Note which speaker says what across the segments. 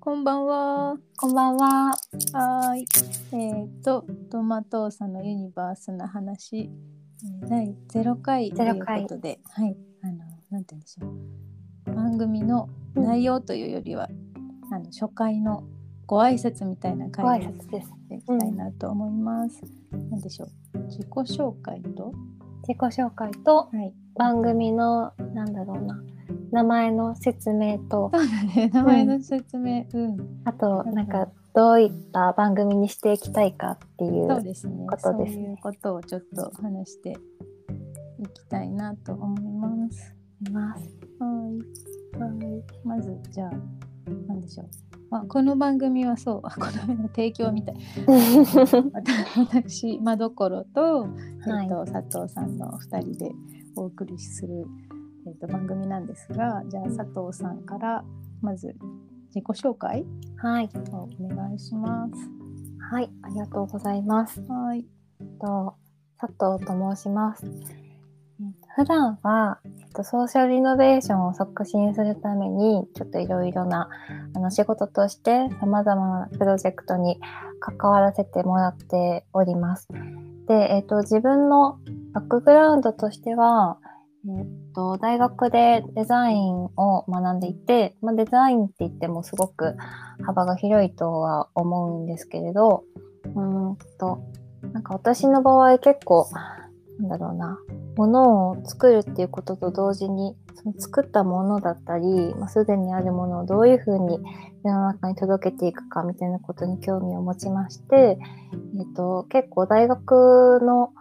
Speaker 1: こんばんは。
Speaker 2: こんばんは。
Speaker 1: はーい。えっ、と、トマトーサのユニバースの話。えー第ゼロ回とい
Speaker 2: ゼ
Speaker 1: う
Speaker 2: ロ
Speaker 1: こ
Speaker 2: 回
Speaker 1: とで、はい、あの、なんて言うんでしょう。番組の内容というよりは、あの、初回のご挨拶みたいな
Speaker 2: ご
Speaker 1: 回
Speaker 2: 挨
Speaker 1: に
Speaker 2: 拶です。
Speaker 1: していきたいなと思います。なんでしょう。自己紹介と。
Speaker 2: 自己紹介と
Speaker 1: はい。
Speaker 2: 番組のなんだろうな名前の説明と
Speaker 1: そうだね。名前の説明。うん。
Speaker 2: あとなんかどういった番組にしていきたいかってい
Speaker 1: そう
Speaker 2: う
Speaker 1: ですね。
Speaker 2: ことですね
Speaker 1: そういうことをちょっと話していきたいなと思います。
Speaker 2: います。
Speaker 1: はい。まずじゃあ何でしょう。まあこの番組はそう あこの提供みたい。わた私まどころと、
Speaker 2: はい
Speaker 1: えっと佐藤さんの二人でお送りするえっと番組なんですが、じゃあ佐藤さんからまず自己紹介
Speaker 2: はい、
Speaker 1: をお願いします。
Speaker 2: はい、ありがとうございます。
Speaker 1: はい。
Speaker 2: と佐藤と申します。普段は、えっと、ソーシャルリノベーションを促進するためにちょっといろいろなあの仕事としてさまざまなプロジェクトに関わらせてもらっております。で、えっと、自分のバックグラウンドとしては、えっと、大学でデザインを学んでいて、まあ、デザインって言ってもすごく幅が広いとは思うんですけれどうーんとなんか私の場合結構なんだろうなものを作るっていうことと同時にその作ったものだったり、まあ、すでにあるものをどういうふうに世の中に届けていくかみたいなことに興味を持ちまして、えっと結構大学の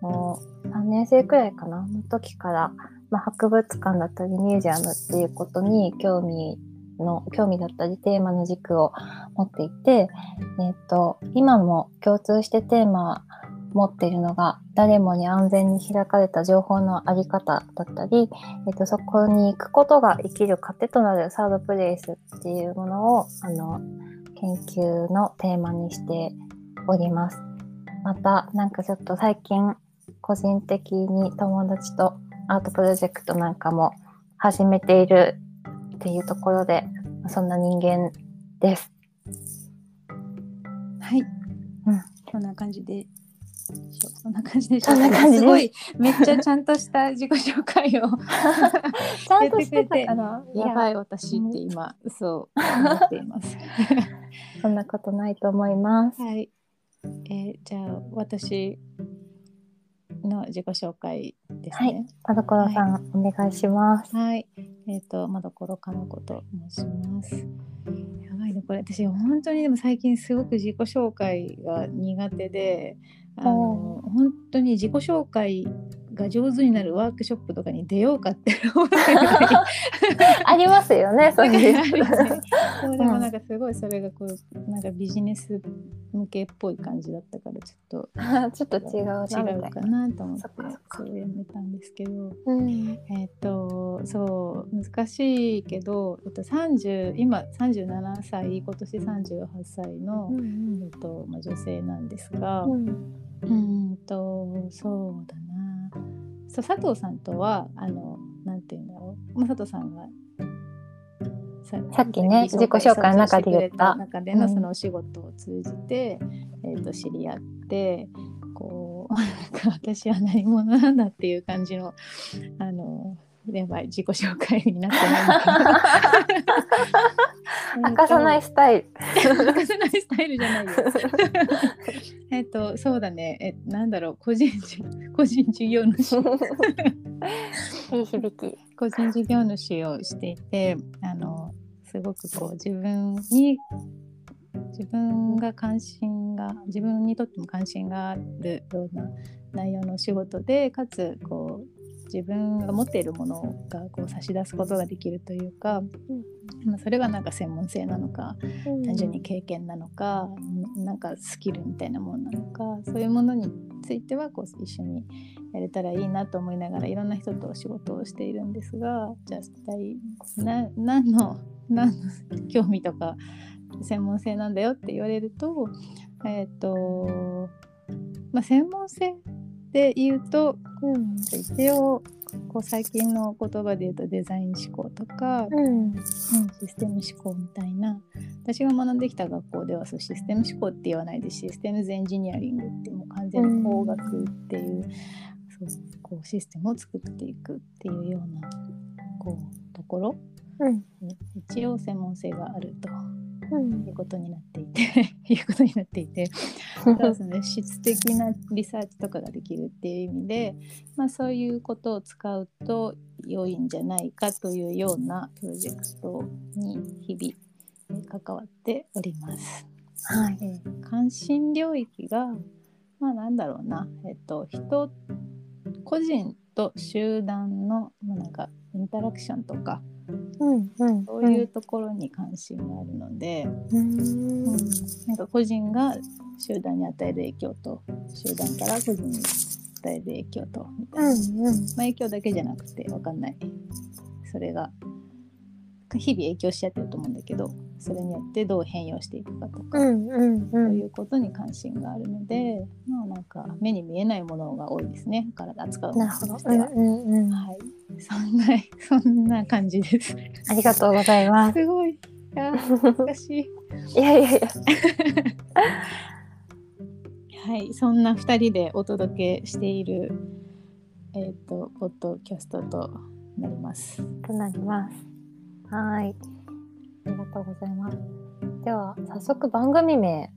Speaker 2: もう3年生くらいかなの時から、まあ、博物館だったりミュージアムっていうことに興味の興味だったりテーマの軸を持っていて、えっと今も共通してテーマ持っているのが誰もに安全に開かれた情報のあり方だったり、えっとそこに行くことが生きる糧となるサードプレイスっていうものをあの研究のテーマにしております。またなんかちょっと最近個人的に友達とアートプロジェクトなんかも始めているっていうところでそんな人間です。
Speaker 1: はい。
Speaker 2: うん
Speaker 1: そんな感じで。そんな感じでしょう
Speaker 2: そんな感じです
Speaker 1: すごい、めっちゃちゃんとした自己紹介を
Speaker 2: ちゃんとしてたかな
Speaker 1: や
Speaker 2: い
Speaker 1: ばい私って今、 そう思っています。
Speaker 2: やそんなことないと思います。
Speaker 1: はい。えーじゃあ、私の自己紹介ですね。
Speaker 2: 田所さん、お願いします。
Speaker 1: はい。えっ、と、まどころかのこと申します。やばいね、これ私本当にでも最近すごく自己紹介が苦手であの本当に自己紹介が上手になるワークショップとかに出ようかって思ってるぐらい
Speaker 2: ありますよ ね、そういう
Speaker 1: ありますね
Speaker 2: 人。
Speaker 1: そうでもなんかすごいそれがこうなんかビジネス向けっぽい感じだったからちょっと
Speaker 2: ちょっと違うなみたい
Speaker 1: 違
Speaker 2: な
Speaker 1: うかなと思って
Speaker 2: そっかそっか
Speaker 1: そうやめたんですけど
Speaker 2: うん。
Speaker 1: えっ、とそう難しいけど、えっと、30今37歳今年38歳の、えっとまあ、女性なんですが、
Speaker 2: う。
Speaker 1: うんーんとそうだなそう佐藤さんとはあのなんていうんだろう、まあ、佐藤さんがさ
Speaker 2: さっきね自己紹介の中で言った
Speaker 1: 中での
Speaker 2: うん
Speaker 1: そのお仕事を通じて、えー、と知り合ってこう なんか私は何者なんだっていう感じのあのやばい自己紹介になってないん だけど
Speaker 2: 明かさないスタイル。
Speaker 1: 明かさないスタイルじゃないよ。 えっとそうだねえなんだろう個人事個人事業主
Speaker 2: いい響き。
Speaker 1: 個人事業主をしていてあのすごくこう自分に自分が関心が自分にとっても関心があるような内容のお仕事でかつこう自分が持っているものがこう差し出すことができるというか、まあそれがなんか専門性なのか単純に経験なのか、んなんかスキルみたいなものなのかそういうものについてはこう一緒にやれたらいいなと思いながらいろんな人とお仕事をしているんですがじゃあ一体な何の何の興味とか専門性なんだよって言われるとえっ、とまあ専門性で言うと
Speaker 2: うん。
Speaker 1: 一応こう最近の言葉で言うとデザイン思考とか、
Speaker 2: うん。
Speaker 1: システム思考みたいな私が学んできた学校ではそうシステム思考って言わないでシステムズエンジニアリングってもう完全に工学っていう,、そうこうシステムを作っていくっていうようなこうところ
Speaker 2: うん。
Speaker 1: に一応専門性があると
Speaker 2: うん
Speaker 1: いうことになってい ていうことになっていてプラスね質的なリサーチとかができるっていう意味で、まあ、そういうことを使うと良いんじゃないかというようなプロジェクトに日々えー関わっております。
Speaker 2: はい。
Speaker 1: えー関心領域が、まあ、なんだろうな、えっと人個人と集団のまあなんかインタラクションとか
Speaker 2: うん。うん。
Speaker 1: そういうところに関心があるので。
Speaker 2: うん。うん。
Speaker 1: なんか個人が集団に与える影響と集団から個人に与える影響とみたいな、ま
Speaker 2: うん。
Speaker 1: あ、影響だけじゃなくて分かんないそれが日々影響し合ってると思うんだけどそれによってどう変容していくかとか、
Speaker 2: うん。うん。う
Speaker 1: そうんい。うことに関心があるのでまあなんか目に見えないものが多いですね体扱うも
Speaker 2: な
Speaker 1: の
Speaker 2: るほ
Speaker 1: と
Speaker 2: ど。
Speaker 1: して
Speaker 2: う
Speaker 1: は、
Speaker 2: んうんうん。あ
Speaker 1: はいそんなそんな感じです
Speaker 2: りがとうございます。
Speaker 1: すごいあー難しい
Speaker 2: いやいやいや。
Speaker 1: はい、そんな2人でお届けしている、えー、とポッドキャストとなります。
Speaker 2: となります。はい。ありがとうございます。では、早速番組名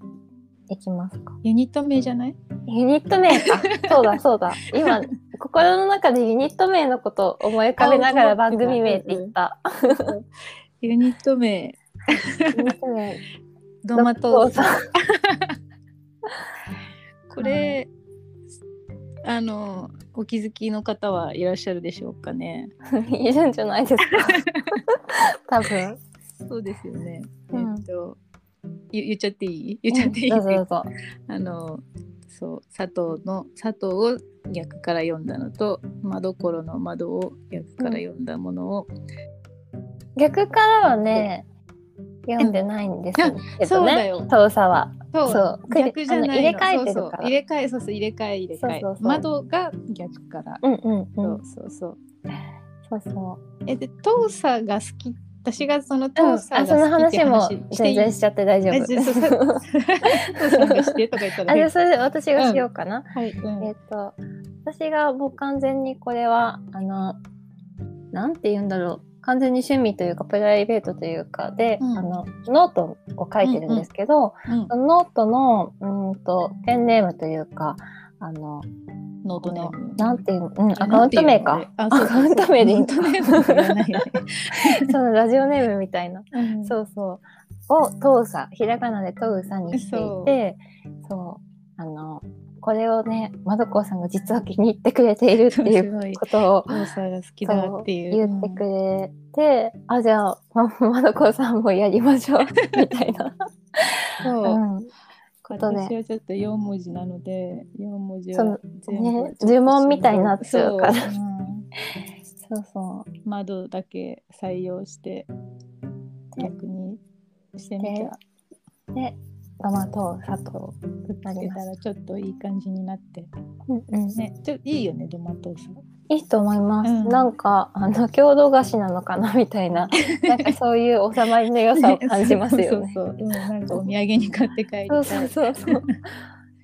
Speaker 2: いきますか。
Speaker 1: ユニット名じゃない
Speaker 2: ユニット名か。そうだそうだ。今、 心の中でユニット名のことを思い浮かべながら番組名って言った。
Speaker 1: ユニット名
Speaker 2: ユニット名。
Speaker 1: ドマトー
Speaker 2: さん。
Speaker 1: これあのお気づきの方はいらっしゃるでしょうかね。
Speaker 2: いるんじゃないですか。多分。
Speaker 1: そうですよね。
Speaker 2: うん
Speaker 1: えっとゆ言っちゃっていい言っちゃっていい、
Speaker 2: どうぞどうぞ。
Speaker 1: あのそう佐藤の佐藤を逆から読んだのと窓ころの窓を逆から読んだものを、
Speaker 2: 逆からはね、読んでないんですけ
Speaker 1: そ
Speaker 2: ど
Speaker 1: うだ
Speaker 2: ね。
Speaker 1: よ
Speaker 2: 遠さは。
Speaker 1: そう
Speaker 2: そう
Speaker 1: 逆じゃないの
Speaker 2: あの入れ替えてる
Speaker 1: そうそう
Speaker 2: から
Speaker 1: 入れ替えそうそう入れ替え入れ替え
Speaker 2: そうそうそう
Speaker 1: 窓が逆から、
Speaker 2: うんうんうん。
Speaker 1: そうそうそう
Speaker 2: そうそう。
Speaker 1: えでトーサが好き私がそのト
Speaker 2: うん
Speaker 1: ー
Speaker 2: あ
Speaker 1: サ
Speaker 2: その
Speaker 1: が好きって
Speaker 2: 話も
Speaker 1: 話して
Speaker 2: 全
Speaker 1: いい、
Speaker 2: 然しちゃって大丈
Speaker 1: あ
Speaker 2: 夫。
Speaker 1: じゃあそうそうトーサがしてとか言ったら
Speaker 2: あじゃあそれで私がしようかな。
Speaker 1: はい、うん
Speaker 2: えっ、と私がもう完全にこれはあのなんて言うんだろう完全に趣味というかプライベートというかで、
Speaker 1: うん
Speaker 2: あのノートを書いてるんですけど、
Speaker 1: うん
Speaker 2: そのノートのうーんとペンネームというかあの
Speaker 1: ノートネーム
Speaker 2: なんていうの、うん、アカウント名か。
Speaker 1: ア
Speaker 2: アカウント名でいい
Speaker 1: ア
Speaker 2: の
Speaker 1: カウントネームって言わないよね
Speaker 2: そのラジオネームみたいな
Speaker 1: うん
Speaker 2: そうそう。を、とうさ、ひらがなでとうさにしてい
Speaker 1: そう
Speaker 2: て、そう。あの、これをね、まどこさんが実は気に入ってくれているってい
Speaker 1: す
Speaker 2: う
Speaker 1: ごい
Speaker 2: ことを、
Speaker 1: トーサが好きだ
Speaker 2: そ
Speaker 1: っ
Speaker 2: う
Speaker 1: ていう
Speaker 2: 言ってくれて、あ、じゃあ、ままどこさんもやりましょう、みたい な。
Speaker 1: そう
Speaker 2: うん、ことで
Speaker 1: 私はちょっと4文字なので4文字
Speaker 2: そ
Speaker 1: は
Speaker 2: の
Speaker 1: 全部
Speaker 2: ね呪文みたいになっちゃうから
Speaker 1: そうん
Speaker 2: そうそう。
Speaker 1: 窓だけ採用して逆にしてみたら
Speaker 2: で、ママとうさと。
Speaker 1: くっつけたらちょっといい感じになって
Speaker 2: うんうん
Speaker 1: ねちょいいよねドマトース
Speaker 2: いいと思います。
Speaker 1: うん
Speaker 2: なんか、あの、郷土菓子なのかなみたいな、なんかそういう収まりの良さを感じ ますよ ね。
Speaker 1: そうそうそううんなんかお土産に買って帰り
Speaker 2: そ
Speaker 1: た
Speaker 2: うそう
Speaker 1: い
Speaker 2: そう そう。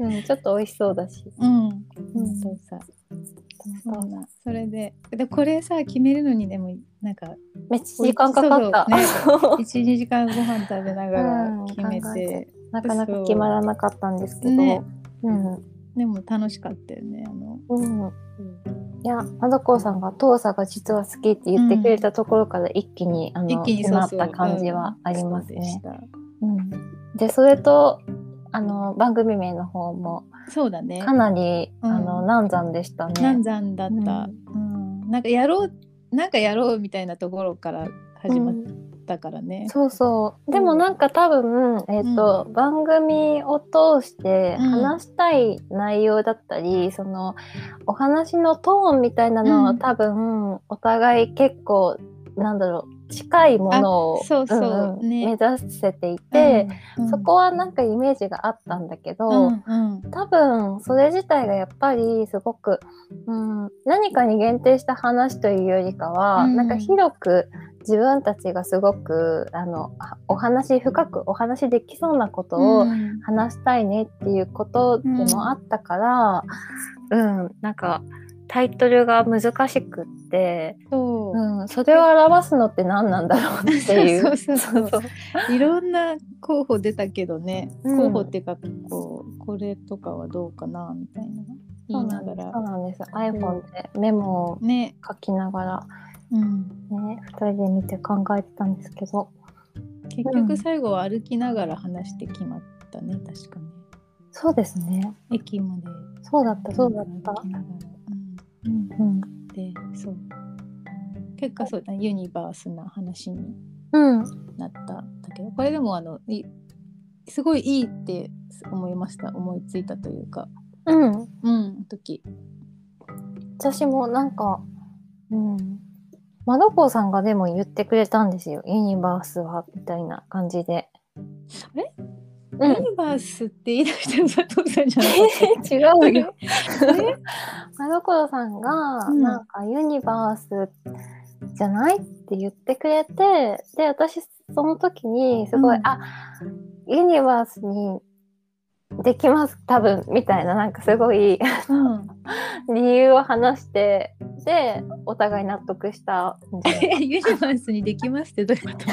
Speaker 2: うん、ちょっと美味しそうだし。
Speaker 1: うん
Speaker 2: う
Speaker 1: ド
Speaker 2: ん
Speaker 1: マトーサそうなそれででこれさ決めるのにでもなんか
Speaker 2: めっちゃ時間かかった。
Speaker 1: 12時間ご飯食べながら決め
Speaker 2: うん考え
Speaker 1: て
Speaker 2: て なかなか決まらなかったんですけど。
Speaker 1: ね
Speaker 2: うん、
Speaker 1: でも楽しかったよねあの
Speaker 2: うん。いや、まどこうさんが、父さんが実は好きって言ってくれたところから一気に、あ
Speaker 1: 一
Speaker 2: の、
Speaker 1: 気に
Speaker 2: 決
Speaker 1: そう
Speaker 2: まっ
Speaker 1: そう
Speaker 2: た感じはありますね。。
Speaker 1: うんそうで
Speaker 2: うん。で、それと、あの、番組名の方も、
Speaker 1: したそうだね
Speaker 2: か。なり、
Speaker 1: うん
Speaker 2: あの難産でしたね。
Speaker 1: 難産だった
Speaker 2: う、
Speaker 1: うんなんかやろうなんかやろうみたいなところから始まったからね。
Speaker 2: そうそう。でもなんか多分、えっ、と、番組を通して
Speaker 1: うん
Speaker 2: 話したい内容だったり、そのお話のトーンみたいなの
Speaker 1: う
Speaker 2: は
Speaker 1: ん
Speaker 2: 多分、お互い結構なんだろう近いものを
Speaker 1: あそうそうん
Speaker 2: ん
Speaker 1: ね
Speaker 2: 目指せていて、
Speaker 1: うんうん
Speaker 2: そこはなんかイメージがあったんだけど、
Speaker 1: うんうん
Speaker 2: 多分それ自体がやっぱりすごく、うん、何かに限定した話というよりかは、
Speaker 1: うん
Speaker 2: なんか広く自分たちがすごくあのはお話深くお話できそうなことを
Speaker 1: うん
Speaker 2: 話したいねっていうことでもあったから、うんなんかタイトルが難しくって、
Speaker 1: そう
Speaker 2: うん、それを表すのって何なんだろうっていう。
Speaker 1: そうそうそうそう
Speaker 2: そう
Speaker 1: いろんな候補出たけどね、
Speaker 2: うん
Speaker 1: 候補っていうかこうこれとかはどうかなみたいな言いなが
Speaker 2: そう
Speaker 1: ら
Speaker 2: なんです。iPhone でメモを
Speaker 1: ね、
Speaker 2: 書きながら
Speaker 1: うん、
Speaker 2: ね、二人で見て考えてたんですけど
Speaker 1: 結
Speaker 2: うん
Speaker 1: 局最後は歩きながら話して決まったね確かに
Speaker 2: そうですね
Speaker 1: 駅まで
Speaker 2: そうだったそうだった、
Speaker 1: 歩きながら、
Speaker 2: うんうん
Speaker 1: うん、でそう結果そうだユニバースな話に
Speaker 2: うん、
Speaker 1: なったんだけどこれでもあのいすごいいいって思いました思いついたというか
Speaker 2: うん、
Speaker 1: うんあの時
Speaker 2: 私もなんかうんまどこさんがでも言ってくれたんですよ「ユニバースは」みたいな感じで。
Speaker 1: れ
Speaker 2: うん、
Speaker 1: ユニバースって言い出したの佐藤さんじゃない
Speaker 2: 違 うよ。まどこさんが
Speaker 1: うん
Speaker 2: なんか「ユニバースじゃない?」って言ってくれてで私その時にすごい「
Speaker 1: うん
Speaker 2: あユニバースにできます多分」みたいななんかすごい
Speaker 1: うん
Speaker 2: 理由を話してでお互い納得したんじゃない
Speaker 1: ユニバースにできますってどういうこと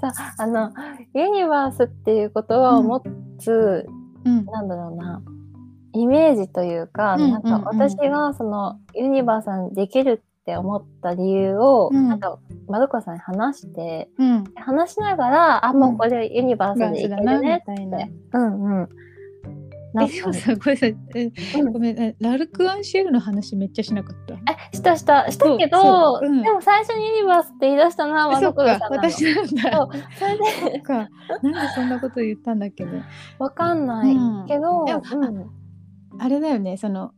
Speaker 2: さあのユニバースっていう言葉を持つ、
Speaker 1: うん
Speaker 2: なんだろうなイメージというか、
Speaker 1: うん
Speaker 2: なんか
Speaker 1: うんうん
Speaker 2: 私がそのユニバースにできるって思った理由を、
Speaker 1: うん
Speaker 2: なんかまどかさんに話して
Speaker 1: うん
Speaker 2: 話しながらあもうこれユニバースでいけ
Speaker 1: だ
Speaker 2: る
Speaker 1: なみ
Speaker 2: ね
Speaker 1: たい
Speaker 2: っ
Speaker 1: な
Speaker 2: て。うんうんな
Speaker 1: え
Speaker 2: ん
Speaker 1: で
Speaker 2: か
Speaker 1: もさこれさえ
Speaker 2: うん
Speaker 1: ごめんえラルク・アンシェルの話めっちゃしなかった
Speaker 2: えしたしたしたけ
Speaker 1: そうそ
Speaker 2: ど、
Speaker 1: ううん
Speaker 2: でも最初にユニバースって言い出したのはま
Speaker 1: そ
Speaker 2: ど
Speaker 1: っ
Speaker 2: かさん
Speaker 1: か
Speaker 2: なの
Speaker 1: 私なん
Speaker 2: そ
Speaker 1: だ
Speaker 2: うそれ
Speaker 1: そ
Speaker 2: で
Speaker 1: っ かなんでそんなこと言ったんだっけね
Speaker 2: わかんない
Speaker 1: うん
Speaker 2: けど、
Speaker 1: でも
Speaker 2: うん
Speaker 1: あれだよねその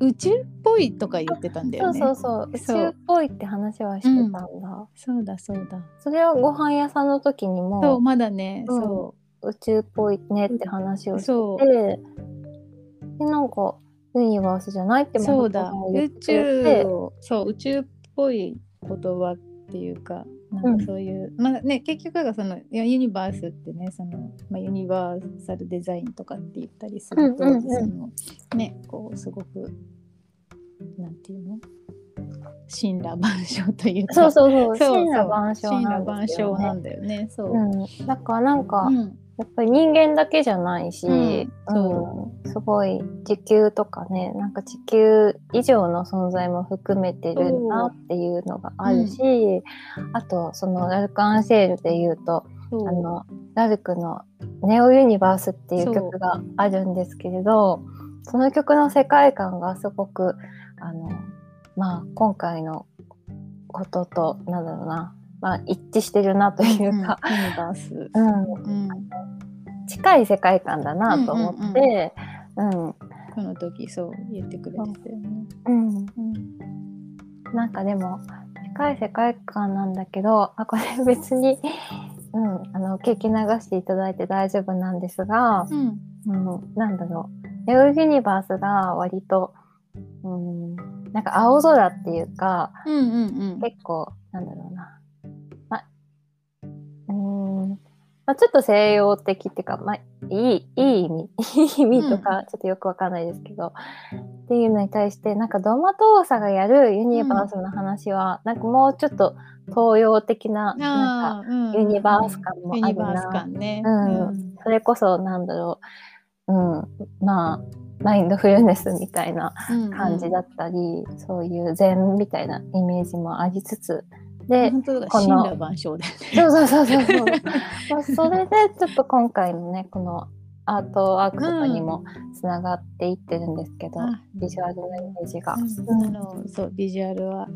Speaker 1: 宇宙っぽいとか言ってたんだ
Speaker 2: そ
Speaker 1: よ
Speaker 2: う
Speaker 1: ね
Speaker 2: そうそう宇
Speaker 1: そう
Speaker 2: 宙っぽいって話はしてたんだ、
Speaker 1: そうだそうだ
Speaker 2: それはご飯屋さんの時に
Speaker 1: そう
Speaker 2: も
Speaker 1: まだね
Speaker 2: うん
Speaker 1: そ
Speaker 2: 宇宙っぽいねって話を
Speaker 1: う
Speaker 2: してて
Speaker 1: そう
Speaker 2: でなんかユニバースじゃないって
Speaker 1: そう
Speaker 2: ま
Speaker 1: だ
Speaker 2: こさんが言
Speaker 1: 宇
Speaker 2: ってくれて
Speaker 1: 宙をそう宇宙っぽい言葉っていうかなんかそういう、まあね結局がそのいやユニバースってねその、まあ、ユニバーサルデザインとかって言ったりすると、
Speaker 2: うんうんうん
Speaker 1: そのねこうすごくなんていうの神羅万象というか
Speaker 2: そうそうそう
Speaker 1: そう
Speaker 2: 神羅万象
Speaker 1: 神
Speaker 2: な
Speaker 1: 羅
Speaker 2: ん
Speaker 1: 万
Speaker 2: ですよ
Speaker 1: 象
Speaker 2: ね
Speaker 1: なんだよねそう、
Speaker 2: うん、だからなんか、
Speaker 1: うん
Speaker 2: やっぱり人間だけじゃないし、
Speaker 1: う
Speaker 2: うん
Speaker 1: ん
Speaker 2: すごい地球とかねなんか地球以上の存在も含めてるなっていうのがあるし、あとそのラルク・アンシェールで言うと
Speaker 1: そう
Speaker 2: あのラルクの「ネオ・ユニバース」っていう曲があるんですけれどその曲の世界観がすごくあの、まあ、今回のこととなんだろうな、まあ、一致してるなと
Speaker 1: うん
Speaker 2: い
Speaker 1: ユニ
Speaker 2: うか、
Speaker 1: バース、
Speaker 2: うん
Speaker 1: うん、
Speaker 2: 近い世界観だなと思って。うん
Speaker 1: この時そう言ってくれてたよね、
Speaker 2: うん、
Speaker 1: うん
Speaker 2: なんかでも近い世界観なんだけどあこれ別に、うん、あの聞き流していただいて大丈夫なんですが、
Speaker 1: うん
Speaker 2: うん、なんだろうネオユニバースが割と、うん、なんか青空っていうか
Speaker 1: うんうん
Speaker 2: 結構なんだろうな、まうんまあ、ちょっと西洋的っていうか、まあ、いいいい意味 いい意味とかちょっとよくわかんないですけど、っていうのに対してなんかドマトーサがやるユニバースの話は、なんかもうちょっと東洋的ななんか
Speaker 1: あーうん
Speaker 2: ユニバース感もあるな
Speaker 1: ユニバース感ね。
Speaker 2: うん
Speaker 1: うん
Speaker 2: それこそなんだろう、うん、まあマインドフルネスみたいな感じだ。ったり、そういう禅みたいなイメージもありつつ
Speaker 1: うん
Speaker 2: で、
Speaker 1: 本当だ、
Speaker 2: この
Speaker 1: 神羅万象だよね。
Speaker 2: そうそうそう そうそう。まあそれでちょっと今回のねこのアートワークとかにもつながっていってるんですけど、
Speaker 1: あ
Speaker 2: ビジュアルのイメージが。
Speaker 1: うんあのそうビジュアルは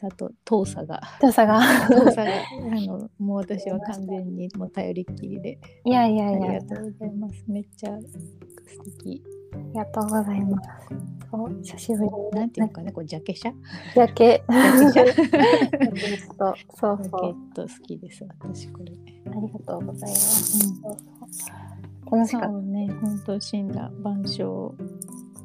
Speaker 1: 佐藤遠さが
Speaker 2: 強 さが
Speaker 1: 遠さがあのもう私は完全にもう頼りっきりで
Speaker 2: いやいや
Speaker 1: あ
Speaker 2: い
Speaker 1: り
Speaker 2: や
Speaker 1: がとうございます。めっちゃ素敵。
Speaker 2: りがとうございます。そう久しぶりに
Speaker 1: なんていうのかね、こうジャケ写
Speaker 2: だけ。
Speaker 1: ジャケ写 ジ
Speaker 2: そうそう
Speaker 1: ャ
Speaker 2: そ
Speaker 1: ケ
Speaker 2: う。
Speaker 1: ット好きです、私これ。
Speaker 2: ありがとうございます。
Speaker 1: うん
Speaker 2: そうそう楽し
Speaker 1: そ
Speaker 2: かった。
Speaker 1: うね、本当神羅万象。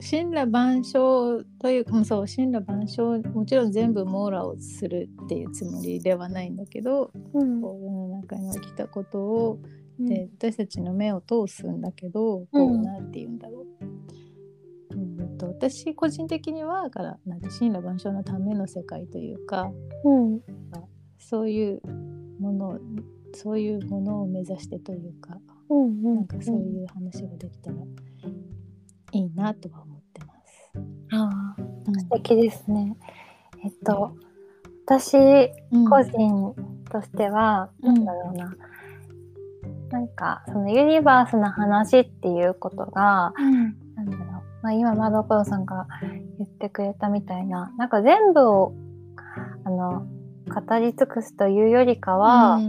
Speaker 1: 神羅万象といううんそう神羅万象もちろん全部網羅をするっていうつもりではないんだけど、
Speaker 2: うん
Speaker 1: こう世の中に起きたことを、で私たちの目を通すんだけど、こ
Speaker 2: う
Speaker 1: うんなんて言うんだろう。うんと私個人的にはだからなんて神羅万象のための世界というか
Speaker 2: うん
Speaker 1: そういうものをそういうものを目指してというか
Speaker 2: うんう
Speaker 1: なん
Speaker 2: ん
Speaker 1: かそういう話ができたらいいなとは思ってます。
Speaker 2: ああ素
Speaker 1: う
Speaker 2: 敵ですね。えっと私
Speaker 1: ん
Speaker 2: 個人としては、
Speaker 1: うん
Speaker 2: なんだろうな。なんかそのユニバースの話っていうことが、
Speaker 1: うん
Speaker 2: なんだろう、まあ、今まどころさんが言ってくれたみたいななんか全部をあの語り尽くすというよりかは、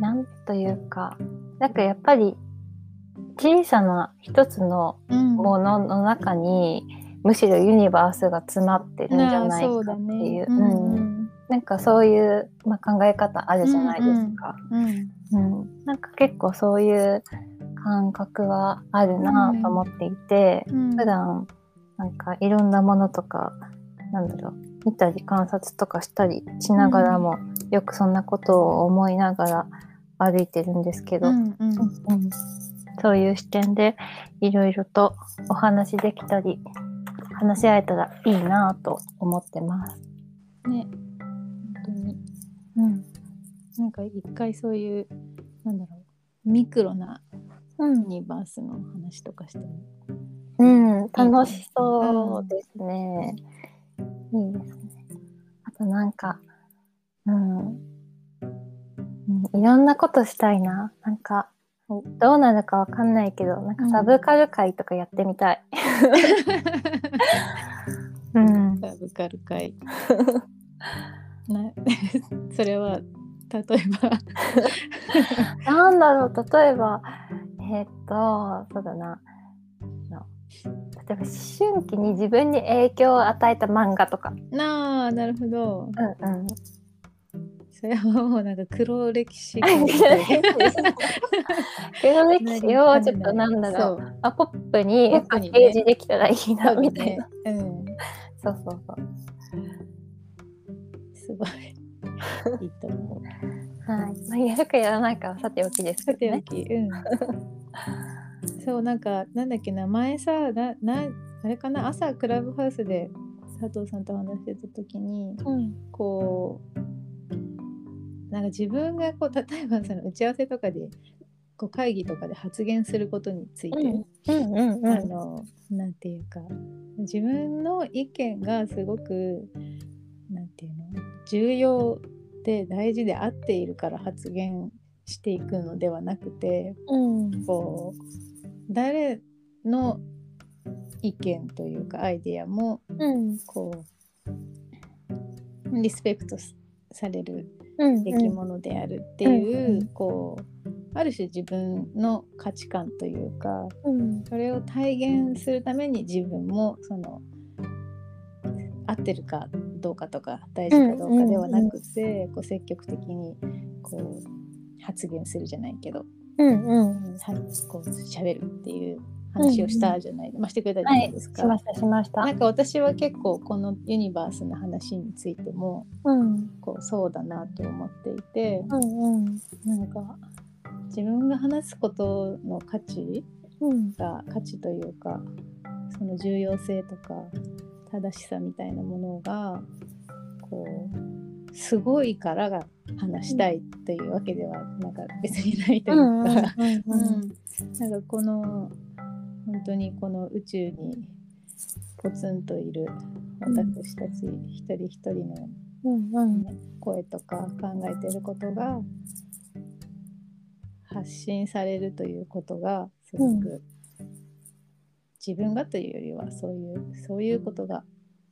Speaker 2: なんというかなんかやっぱり小さな一つの
Speaker 1: うん
Speaker 2: ものの中に、むしろユニバースが詰まってるんじゃないかっていう
Speaker 1: うん
Speaker 2: うんなんかそういう、まあ、考え方あるじゃないですか、
Speaker 1: うんうん
Speaker 2: うんなんか結構そういう感覚はあるなと思っていて、
Speaker 1: うん
Speaker 2: 普段なんかいろんなものとかなんだろう見たり観察とかしたりしながらも、よくそんなことを思いながら歩いてるんですけど、
Speaker 1: うんうん
Speaker 2: うんそういう視点でいろいろとお話できたり話し合えたらいいなぁと思ってます。
Speaker 1: ね本当に
Speaker 2: うん、
Speaker 1: なんか一回そういうなんだろうミクロな
Speaker 2: う
Speaker 1: ユニバースの話とかしても
Speaker 2: うん、楽しそうですね。いいですね。あとなんか、うん、うん、いろんなことしたいな。なんか、
Speaker 1: お
Speaker 2: どうなるかわかんないけど、なんかサブカル会とかやってみたい。 うん、
Speaker 1: サブカル会 な それは例えば
Speaker 2: なんだろう、例えば、えーっと、そうだな。あの例えば思春期に自分に影響を与えた漫画とか、
Speaker 1: なあなるほど
Speaker 2: うんうん、
Speaker 1: それはもうなんか黒歴史
Speaker 2: 黒歴史をちょっとなんだろう
Speaker 1: う
Speaker 2: あポップに
Speaker 1: ポッ
Speaker 2: パ
Speaker 1: プにね
Speaker 2: ッケージできたらいいなみ
Speaker 1: み
Speaker 2: た
Speaker 1: た
Speaker 2: い
Speaker 1: い
Speaker 2: な
Speaker 1: な、うん
Speaker 2: そうそうそう
Speaker 1: すごい いいと思う
Speaker 2: はい、まあ、やるかやらないかはさておきです
Speaker 1: さ
Speaker 2: け
Speaker 1: て
Speaker 2: ど
Speaker 1: お
Speaker 2: ね
Speaker 1: き、うんそうなんかなんだっけな前さななあれかな朝クラブハウスで佐藤さんと話してた時に
Speaker 2: うん
Speaker 1: こうなんか自分がこう 例えばその打ち合わせとかでこう会議とかで発言することについて、
Speaker 2: うんうんうん
Speaker 1: あのなんていうか自分の意見がすごくなんていうの重要で大事であっているから発言していくのではなくて
Speaker 2: うんうん
Speaker 1: こう誰の意見というかアイデアも
Speaker 2: うん
Speaker 1: こうリスペクトされる
Speaker 2: うん
Speaker 1: べきものであるっていう、
Speaker 2: うんうん
Speaker 1: こうある種自分の価値観というか、
Speaker 2: うん
Speaker 1: それを体現するために自分もその合ってるかどうかとか大事かどうかではなくて、こう積極的にこう発言するじゃないけど、
Speaker 2: うんう
Speaker 1: うんん、はこう喋るっていう話をしたじゃない、まあ、してくれたじゃないですか。
Speaker 2: しましたしました
Speaker 1: なんか私は結構このユニバースの話についても
Speaker 2: うん
Speaker 1: こうそうだなと思っていて
Speaker 2: うんうん
Speaker 1: なんか自分が話すことの価値
Speaker 2: うん
Speaker 1: が価値というかその重要性とか正しさみたいなものがこうすごいからが話したいというわけではなんか別にないといううん
Speaker 2: うん
Speaker 1: か、
Speaker 2: う
Speaker 1: うんんなんかこの本当にこの宇宙にポツンといる私たち一人一人の
Speaker 2: うんうん
Speaker 1: 声とか考えてることが発信されるということがすごく、自分がというよりはそういうそういうことが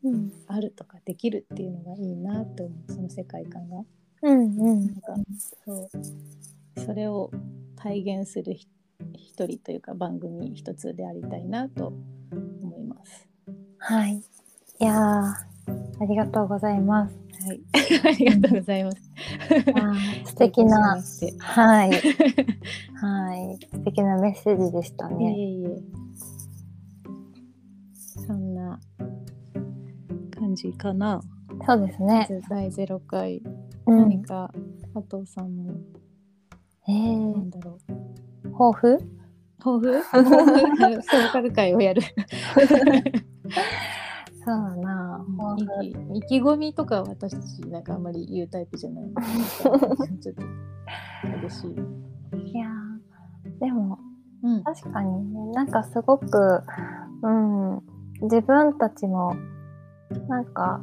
Speaker 2: うん
Speaker 1: あるとかできるっていうのがいいなと思うその世界観が。
Speaker 2: うんう
Speaker 1: なんんかそうそれを体現するひ一人というか番組一つでありたいなと思います。
Speaker 2: はい。いやー、ありがとうござい ます。
Speaker 1: はい、 ありがとうございます。
Speaker 2: あー素敵な、
Speaker 1: 失礼いたし
Speaker 2: はい。はい。素敵なメッセージでした
Speaker 1: まして。いえ
Speaker 2: ね。
Speaker 1: いえ。そんな感じかな。
Speaker 2: そうですね。
Speaker 1: 第ゼロ回、
Speaker 2: うん。
Speaker 1: 何か加藤さんも
Speaker 2: え
Speaker 1: なん
Speaker 2: ー、
Speaker 1: だろう。
Speaker 2: 抱負
Speaker 1: 抱 負 抱負ソーカル会をやる
Speaker 2: そうだな。抱負。
Speaker 1: 意気意気込みとか私たちなんかあんまり言うタイプじゃ ないのでなんかちょっと嬉しい、
Speaker 2: いやーでも、
Speaker 1: うん、
Speaker 2: 確かにね、なんかすごく、うん、自分たちも、なんか、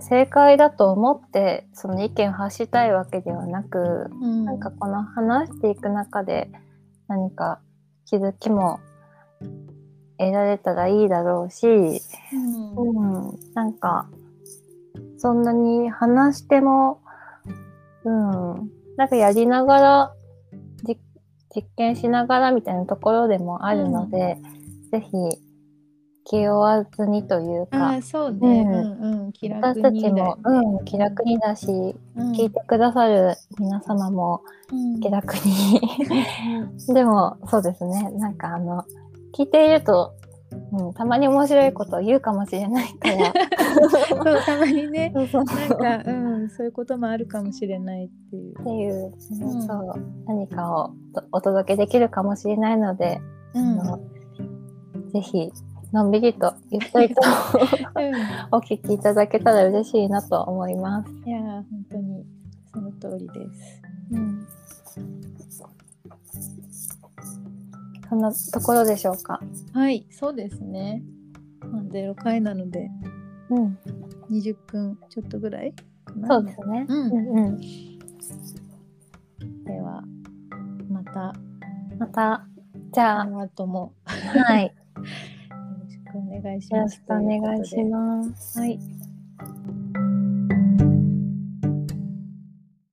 Speaker 2: 正解だと思って、その意見を発したいわけではなく、
Speaker 1: な
Speaker 2: なんかこの話していく中で、何か気づきも得られたらいいだろうし、
Speaker 1: う、
Speaker 2: うん、なんか、そんなに話しても、うん、なんかやりながら、じ実験しながらみたいなところでもあるので、ぜひ、気負わずにというん
Speaker 1: あ
Speaker 2: か
Speaker 1: あ、そうね、う
Speaker 2: うん
Speaker 1: んうん、気楽
Speaker 2: 私
Speaker 1: に
Speaker 2: たちも、
Speaker 1: だよ
Speaker 2: うん、気楽にだし、
Speaker 1: うん
Speaker 2: 聞いてくださる皆様も
Speaker 1: うん
Speaker 2: 気楽に。 でも、そうですね、なんかあの、聞いていると、うん、たまに面白いことを言うかもしれない から、
Speaker 1: そうたまにね
Speaker 2: そうそう
Speaker 1: なんか、うん、そういうこともあるかもしれないっていう
Speaker 2: っ、ていう、
Speaker 1: ん
Speaker 2: そう何かをとお届けできるかもしれないので、
Speaker 1: う
Speaker 2: あ
Speaker 1: ん
Speaker 2: のぜひのんびりとゆっ たりと
Speaker 1: う
Speaker 2: お聞きいただけたら嬉しいなと思います。
Speaker 1: ん、いやー本当にその通りです、うん、
Speaker 2: そんなところでしょうか。
Speaker 1: はいそうですねまあ0回なので
Speaker 2: うん、
Speaker 1: 20分ちょっとぐらいかな
Speaker 2: そうですね。
Speaker 1: うん
Speaker 2: うんうん
Speaker 1: ではまた
Speaker 2: またじ
Speaker 1: あ
Speaker 2: ゃあ、
Speaker 1: の後も
Speaker 2: はい、
Speaker 1: よろしくお願いし
Speaker 2: よろ
Speaker 1: ま
Speaker 2: し
Speaker 1: す。
Speaker 2: くお願いします。
Speaker 1: す。はい、